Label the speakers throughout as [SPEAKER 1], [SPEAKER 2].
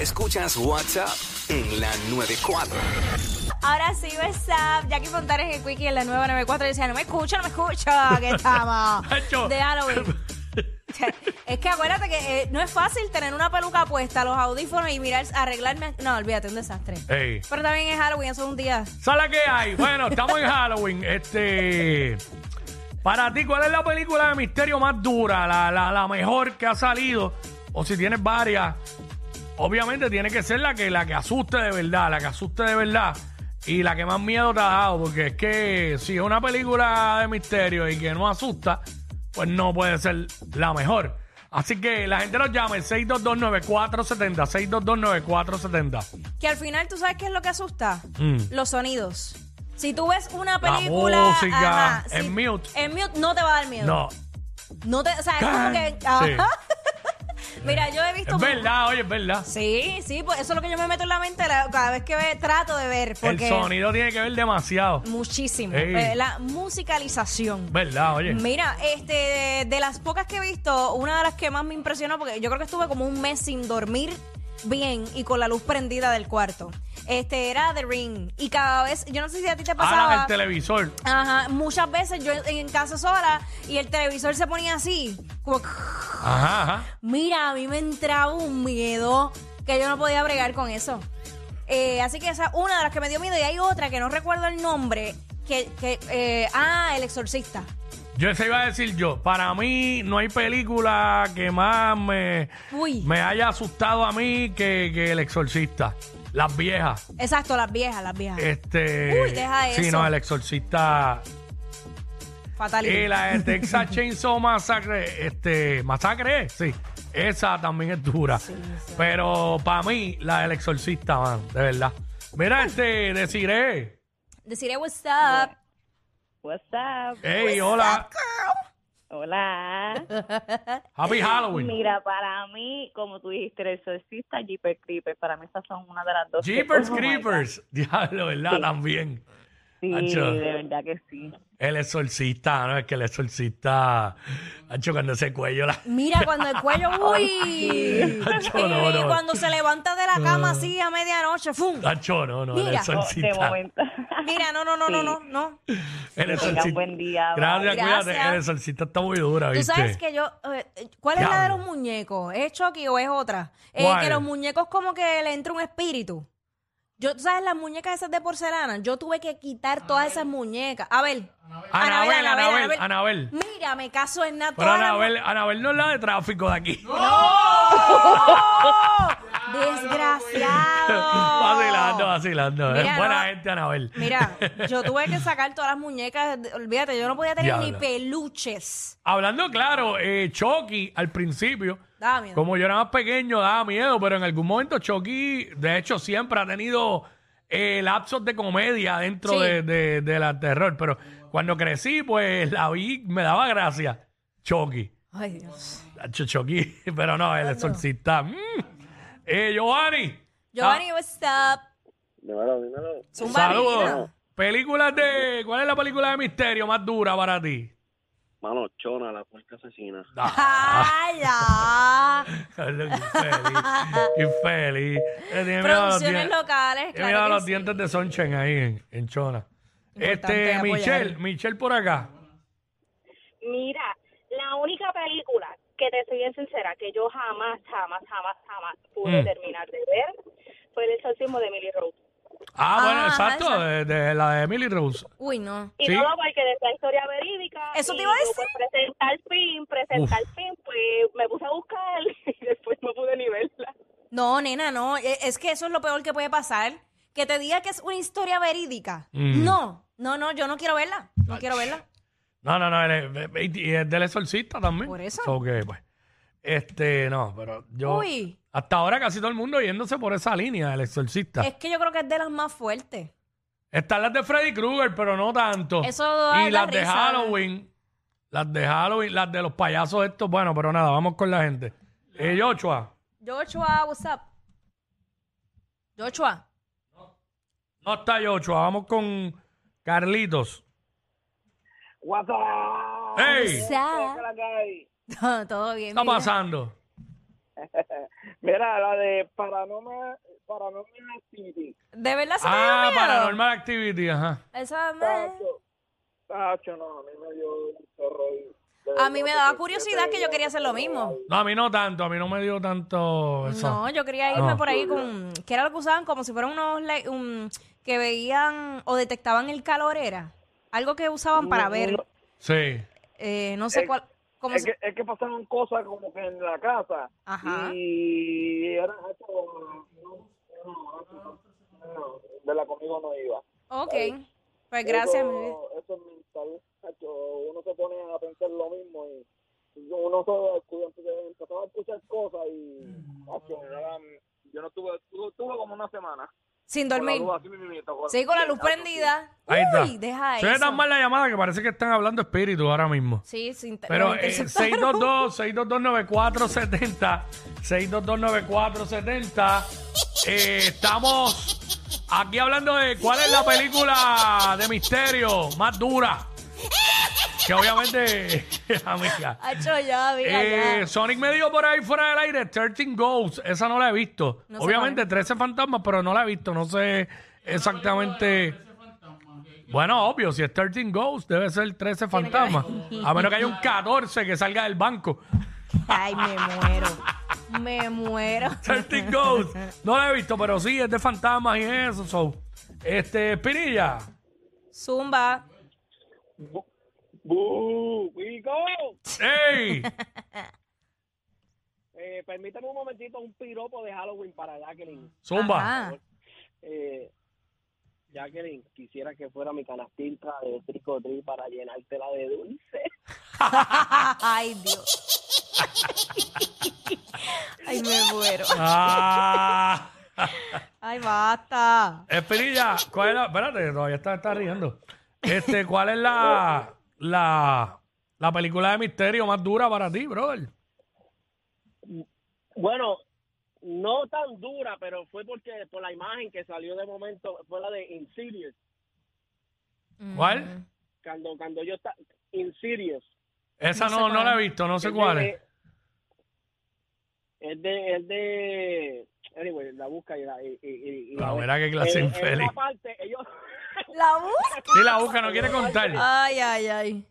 [SPEAKER 1] Escuchas WhatsApp en la 94.
[SPEAKER 2] Ahora sí, WhatsApp. Jackie Fontanes y Quickie en la nueva 94 dice, no me escucho, no me escucho. Aquí estamos.
[SPEAKER 3] Hacho.
[SPEAKER 2] De Halloween. es que acuérdate que eh, no es fácil tener una peluca puesta, los audífonos y mirar, arreglarme. No, olvídate, un desastre.
[SPEAKER 3] Ey.
[SPEAKER 2] Pero también es Halloween, eso es un día.
[SPEAKER 3] ¿Sala qué hay? Bueno, estamos en Halloween. Este. Para ti, ¿cuál es la película de misterio más dura? La, la, la mejor que ha salido. O si tienes varias. Obviamente tiene que ser la que, la que asuste de verdad, la que asuste de verdad. Y la que más miedo te ha dado. Porque es que si es una película de misterio y que no asusta, pues no puede ser la mejor. Así que la gente nos llame 6229470, 6229470.
[SPEAKER 2] Que al final, ¿tú sabes qué es lo que asusta?
[SPEAKER 3] Mm.
[SPEAKER 2] Los sonidos. Si tú ves una
[SPEAKER 3] La
[SPEAKER 2] película...
[SPEAKER 3] música,
[SPEAKER 2] ajá,
[SPEAKER 3] en mute.
[SPEAKER 2] En mute no te va a dar miedo.
[SPEAKER 3] No,
[SPEAKER 2] No te, o sea, es como que.
[SPEAKER 3] Sí.
[SPEAKER 2] Ajá. Mira, yo he visto.
[SPEAKER 3] es verdad, oye, es verdad.
[SPEAKER 2] Sí, sí, pues eso es lo que yo me meto en la mente la- cada vez que ve- trato de ver.
[SPEAKER 3] El
[SPEAKER 2] Porque
[SPEAKER 3] sonido tiene que ver demasiado.
[SPEAKER 2] Muchísimo.
[SPEAKER 3] Ey.
[SPEAKER 2] Eh, La musicalización.
[SPEAKER 3] ¿Verdad, oye?
[SPEAKER 2] Mira, este, de, de las pocas que he visto, una de las que más me impresionó, porque yo creo que estuve como un mes sin dormir bien y con la luz prendida del cuarto. Este era The Ring. Y cada vez, yo no sé si a ti te pasaba.
[SPEAKER 3] Ahora el televisor.
[SPEAKER 2] Ajá, muchas veces yo en, en casa sola y el televisor se ponía así, como
[SPEAKER 3] Ajá, ajá.
[SPEAKER 2] Mira, a mí me entraba un miedo que yo no podía bregar con eso. Eh, así que esa es una de las que me dio miedo y hay otra que no recuerdo el nombre, que, que eh, ah, El Exorcista.
[SPEAKER 3] Yo se iba a decir yo. Para mí no hay película que más me,
[SPEAKER 2] Uy.
[SPEAKER 3] me haya asustado a mí que, que El Exorcista. Las viejas.
[SPEAKER 2] Exacto, las viejas, las viejas.
[SPEAKER 3] Este.
[SPEAKER 2] Uy, deja
[SPEAKER 3] Sí,
[SPEAKER 2] eso.
[SPEAKER 3] no, El Exorcista.
[SPEAKER 2] Fatal.
[SPEAKER 3] Y eh, la de Texas Chainsaw Massacre, este, Masacre, sí. Esa también es dura. Pero para mí, la del exorcista, man, de verdad. Mira, este, deciré.
[SPEAKER 2] Deciré what's up.
[SPEAKER 4] What's up?
[SPEAKER 2] Pues,
[SPEAKER 3] Hey, hola.
[SPEAKER 4] Hola.
[SPEAKER 3] Happy Halloween.
[SPEAKER 4] Mira, para mí, como tú dijiste, el exorcista, Jeepers Creepers, para mí esas son una de las dos. que-
[SPEAKER 3] Jeepers
[SPEAKER 4] Oh, my
[SPEAKER 3] Creepers. Diablo, ¿verdad? También.
[SPEAKER 4] God. Sí,
[SPEAKER 3] Acho.
[SPEAKER 4] de verdad que sí.
[SPEAKER 3] El exorcista, no, es que el exorcista. Hacho, cuando ese cuello la.
[SPEAKER 2] Mira, cuando el cuello, uy.
[SPEAKER 3] Yo no,
[SPEAKER 2] Y
[SPEAKER 3] no.
[SPEAKER 2] cuando se levanta de la cama así a medianoche, ¡fum!
[SPEAKER 3] Hacho, no, no, el
[SPEAKER 2] Mira.
[SPEAKER 4] Oh, de
[SPEAKER 3] exorcista.
[SPEAKER 4] momento.
[SPEAKER 2] Mira, no, no, no, no, no, no.
[SPEAKER 3] El
[SPEAKER 4] Tengan
[SPEAKER 3] exorcista.
[SPEAKER 4] buen día.
[SPEAKER 3] Gracias, cuídate.
[SPEAKER 2] Gracias.
[SPEAKER 3] El exorcista está muy dura,
[SPEAKER 2] Tú
[SPEAKER 3] ¿viste?
[SPEAKER 2] sabes que yo. eh, eh, ¿Cuál es la de
[SPEAKER 3] Diablo.
[SPEAKER 2] los muñecos? ¿Es Chucky o es otra? Eh,
[SPEAKER 3] ¿Cuál?
[SPEAKER 2] que los muñecos, como que le entra un espíritu. Yo, ¿tú sabes, las muñecas esas de porcelana, yo tuve que quitar todas esas muñecas. A ver.
[SPEAKER 3] Anabel, Anabel, Anabel.
[SPEAKER 2] Mira, me caso en nada.
[SPEAKER 3] Pero
[SPEAKER 2] todas las
[SPEAKER 3] Anabel, Anabel no es la de tráfico de aquí.
[SPEAKER 2] mu- Desgraciado.
[SPEAKER 3] vacilando, vacilando.
[SPEAKER 2] Mira,
[SPEAKER 3] es buena
[SPEAKER 2] no.
[SPEAKER 3] gente, Anabel.
[SPEAKER 2] Mira, yo tuve que sacar todas las muñecas. de- Olvídate, yo no podía tener ni
[SPEAKER 3] Diablo.
[SPEAKER 2] peluches.
[SPEAKER 3] Hablando claro, eh, Chucky al principio,
[SPEAKER 2] Daba miedo.
[SPEAKER 3] como yo era más pequeño, daba miedo, pero en algún momento Chucky, de hecho, siempre ha tenido eh, lapsos de comedia dentro
[SPEAKER 2] Sí.
[SPEAKER 3] de, de- de la terror. Pero cuando crecí, pues la vi, me daba gracia. Chucky.
[SPEAKER 2] Ay, Dios.
[SPEAKER 3] Nacho Chucky, pero no,
[SPEAKER 2] Ah,
[SPEAKER 3] el exorcista. Mm. Eh, Giovanni.
[SPEAKER 2] Giovanni, what's up?
[SPEAKER 5] Dímelo, dímelo.
[SPEAKER 2] Zumba,
[SPEAKER 3] Saludos.
[SPEAKER 2] mira.
[SPEAKER 3] Películas de. ¿Cuál es la película de misterio más dura para ti?
[SPEAKER 5] Mano, chona, la puerca asesina.
[SPEAKER 2] Ay, ya.
[SPEAKER 3] infeliz. infeliz. Le tiene miedo a los
[SPEAKER 2] Producciones
[SPEAKER 3] dien-
[SPEAKER 2] locales,
[SPEAKER 3] tiene miedo a
[SPEAKER 2] claro.
[SPEAKER 3] los
[SPEAKER 2] que sí.
[SPEAKER 3] dientes de Sonchen ahí en, en Chona.
[SPEAKER 2] Importante
[SPEAKER 3] Este,
[SPEAKER 2] apoyar.
[SPEAKER 3] Michelle, Michelle por acá.
[SPEAKER 6] Mira, la única película que
[SPEAKER 4] que te soy bien sincera, que yo jamás, jamás, jamás, jamás pude
[SPEAKER 3] Mm.
[SPEAKER 4] terminar de ver fue el exorcismo de Emily Rose.
[SPEAKER 3] Ah, bueno,
[SPEAKER 2] Ah,
[SPEAKER 3] exacto,
[SPEAKER 2] esa.
[SPEAKER 3] de, de la de Emily Rose.
[SPEAKER 2] Uy, no.
[SPEAKER 4] Y
[SPEAKER 3] Sí.
[SPEAKER 4] todo porque de la historia verídica.
[SPEAKER 2] Eso te
[SPEAKER 4] y
[SPEAKER 2] iba a
[SPEAKER 4] yo,
[SPEAKER 2] decir.
[SPEAKER 4] Pues, presentar al fin, presentar al fin, pues me puse a buscar y después no pude ni verla.
[SPEAKER 2] No, nena, no. E- Es que eso es lo peor que puede pasar. Que te diga que es una historia verídica.
[SPEAKER 3] Mm.
[SPEAKER 2] No, no, no, yo no quiero verla. No quiero verla.
[SPEAKER 3] No, no, no, él es- y es del exorcista también.
[SPEAKER 2] Por eso.
[SPEAKER 3] So que, pues, este, no, pero yo...
[SPEAKER 2] Uy,
[SPEAKER 3] Hasta ahora casi todo el mundo yéndose por esa línea, el exorcista.
[SPEAKER 2] es que yo creo que es de las más fuertes.
[SPEAKER 3] Están las de Freddy Krueger, pero no tanto.
[SPEAKER 2] Eso da
[SPEAKER 3] y
[SPEAKER 2] la
[SPEAKER 3] las de
[SPEAKER 2] risa.
[SPEAKER 3] Halloween. Las de Halloween, las de los payasos estos. Bueno, pero nada, vamos con la gente. Eh, Joshua.
[SPEAKER 2] Joshua, what's up? Joshua.
[SPEAKER 3] No está Joshua, vamos con Carlitos.
[SPEAKER 6] WhatsApp.
[SPEAKER 3] ¡Ey!
[SPEAKER 6] ¿Qué es la que hay?
[SPEAKER 2] Todo bien.
[SPEAKER 3] ¿Qué está
[SPEAKER 2] mi vida.
[SPEAKER 3] pasando?
[SPEAKER 6] Mira, la de Paranormal, Paranormal Activity.
[SPEAKER 2] ¿De verdad se te dio
[SPEAKER 3] Ah,
[SPEAKER 2] miedo?
[SPEAKER 3] Paranormal Activity, ajá.
[SPEAKER 2] Esa me-
[SPEAKER 6] Tacho, tacho, no, a mí me dio un zorro ahí. De
[SPEAKER 2] A mí me
[SPEAKER 6] verdad,
[SPEAKER 2] daba
[SPEAKER 6] porque
[SPEAKER 2] curiosidad que yo quería hacer lo mismo.
[SPEAKER 3] No, a mí no tanto, a mí no me dio tanto eso.
[SPEAKER 2] No, yo quería irme
[SPEAKER 3] Ah, No.
[SPEAKER 2] por ahí con... que era lo que usaban? Como si fueran unos... le- un- que veían o detectaban el calor, era. Algo que usaban para ver...
[SPEAKER 3] Sí.
[SPEAKER 2] eh, no sé
[SPEAKER 6] Eh,
[SPEAKER 2] cuál... cómo
[SPEAKER 6] Es
[SPEAKER 2] se-
[SPEAKER 6] que, es que pasaban cosas como que en la casa.
[SPEAKER 2] Ajá.
[SPEAKER 6] Y era esto. No, no, no, de la conmigo no iba.
[SPEAKER 2] Ok. Pues gracias. mi vida.
[SPEAKER 6] Eso, eso es mental. tacho, Uno se pone a pensar lo mismo y y uno solo empezaba a escuchar cosas y tacho, era- yo no tuve, tu- tuve como una semana.
[SPEAKER 2] Sin
[SPEAKER 6] con la
[SPEAKER 2] dormir.
[SPEAKER 6] luz así mismito, con-
[SPEAKER 2] Sí, con la luz
[SPEAKER 6] tacho, sí.
[SPEAKER 2] prendida.
[SPEAKER 3] Ahí
[SPEAKER 2] Uy,
[SPEAKER 3] está.
[SPEAKER 2] deja
[SPEAKER 3] Se ve tan
[SPEAKER 2] eso.
[SPEAKER 3] mal la llamada que parece que están hablando espíritus ahora mismo.
[SPEAKER 2] Sí, sin...
[SPEAKER 3] Pero
[SPEAKER 2] lo
[SPEAKER 3] eh,
[SPEAKER 2] interceptaron.
[SPEAKER 3] 622 622-9470. 622-9470. Eh, estamos aquí hablando de cuál es la película de misterio más dura. Que obviamente, amiga.
[SPEAKER 2] Hacho, ya, mira,
[SPEAKER 3] Eh,
[SPEAKER 2] ya.
[SPEAKER 3] Sonic me dijo por ahí fuera del aire 13 Ghosts, esa no la he visto.
[SPEAKER 2] No sé
[SPEAKER 3] Obviamente 13 fantasmas, pero no la he visto, no sé exactamente. Bueno, obvio, si es 13 Ghosts, debe ser 13 fantasmas. A menos que haya un 14 que salga del banco.
[SPEAKER 2] Ay, me muero. Me muero.
[SPEAKER 3] 13 Ghosts, no la he visto, pero sí, es de fantasmas y eso. so. Este, Pinilla,
[SPEAKER 2] Zumba.
[SPEAKER 6] ¡Bú! ¡Pico!
[SPEAKER 3] ¡ey!
[SPEAKER 6] Eh, permítame un momentito un piropo de Halloween para Jacqueline.
[SPEAKER 3] Zumba.
[SPEAKER 2] Ajá.
[SPEAKER 6] Eh, Jacqueline, quisiera que fuera mi canastita de tricotri para llenártela de dulce.
[SPEAKER 2] Ah, Ay, Dios. Ay, me muero.
[SPEAKER 3] Ah.
[SPEAKER 2] Ay, basta.
[SPEAKER 3] Espinilla, ¿cuál es la. Espérate, todavía está, está riendo. Este, ¿cuál es la, la, la película de misterio más dura para ti, brother?
[SPEAKER 6] Bueno, no tan dura, pero fue porque por la imagen que salió de momento, fue la de Insidious.
[SPEAKER 3] ¿Cuál?
[SPEAKER 6] Cuando, cuando yo estaba. Insidious.
[SPEAKER 3] Esa no, no, la he visto, no sé
[SPEAKER 6] Es
[SPEAKER 3] cuál
[SPEAKER 6] de-
[SPEAKER 3] es.
[SPEAKER 6] Es de, es de. Anyway, la busca y la. Y, y, y- y
[SPEAKER 3] La
[SPEAKER 6] ve.
[SPEAKER 3] verdad que clase
[SPEAKER 6] En- En
[SPEAKER 3] infeliz.
[SPEAKER 6] una parte, ellos.
[SPEAKER 2] La busca.
[SPEAKER 3] Si la busca, no quiere contar.
[SPEAKER 2] Ay, ay, ay.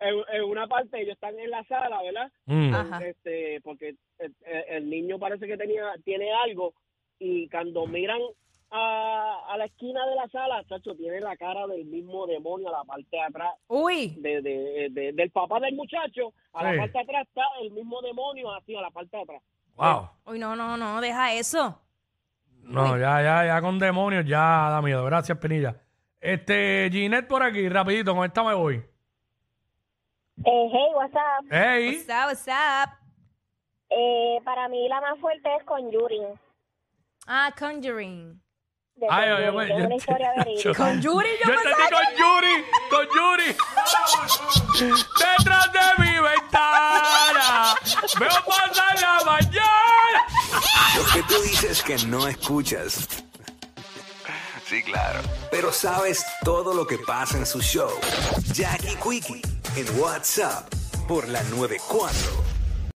[SPEAKER 6] En, en una parte, ellos están en la sala, ¿verdad?
[SPEAKER 3] Mm.
[SPEAKER 2] Ajá.
[SPEAKER 6] este porque el, el- el niño parece que tenía tiene algo y cuando miran a, a la esquina de la sala chacho tiene la cara del mismo demonio a la parte de atrás
[SPEAKER 2] Uy.
[SPEAKER 6] de, de- de- del papá del muchacho a
[SPEAKER 3] Sí.
[SPEAKER 6] la parte de atrás está el mismo demonio así a la parte de atrás
[SPEAKER 3] Wow.
[SPEAKER 2] Uy, no, no, no, deja eso.
[SPEAKER 3] No, ya, ya, ya con demonios, ya da miedo. Gracias, Pinilla. Este, Ginette por aquí, rapidito, con esta me voy.
[SPEAKER 4] Eh, hey, WhatsApp.
[SPEAKER 3] ¡Ey!
[SPEAKER 2] What's up, what's up?
[SPEAKER 4] Eh, para mí la más fuerte es Conjuring.
[SPEAKER 2] Ah, Conjuring.
[SPEAKER 4] De
[SPEAKER 3] Ay, ay, ay,
[SPEAKER 4] Conjuring, es
[SPEAKER 3] yo-
[SPEAKER 4] una historia verídica.
[SPEAKER 2] Conjuring, yo
[SPEAKER 3] Yo entendí
[SPEAKER 2] pensaba
[SPEAKER 3] con Yuri, con Yuri. Detrás de mi ventana veo pasar la mañana.
[SPEAKER 1] Lo que tú dices que no escuchas. Sí, claro. Pero sabes todo lo que pasa en su show. Jackie Quickie en WhatsApp por la 94.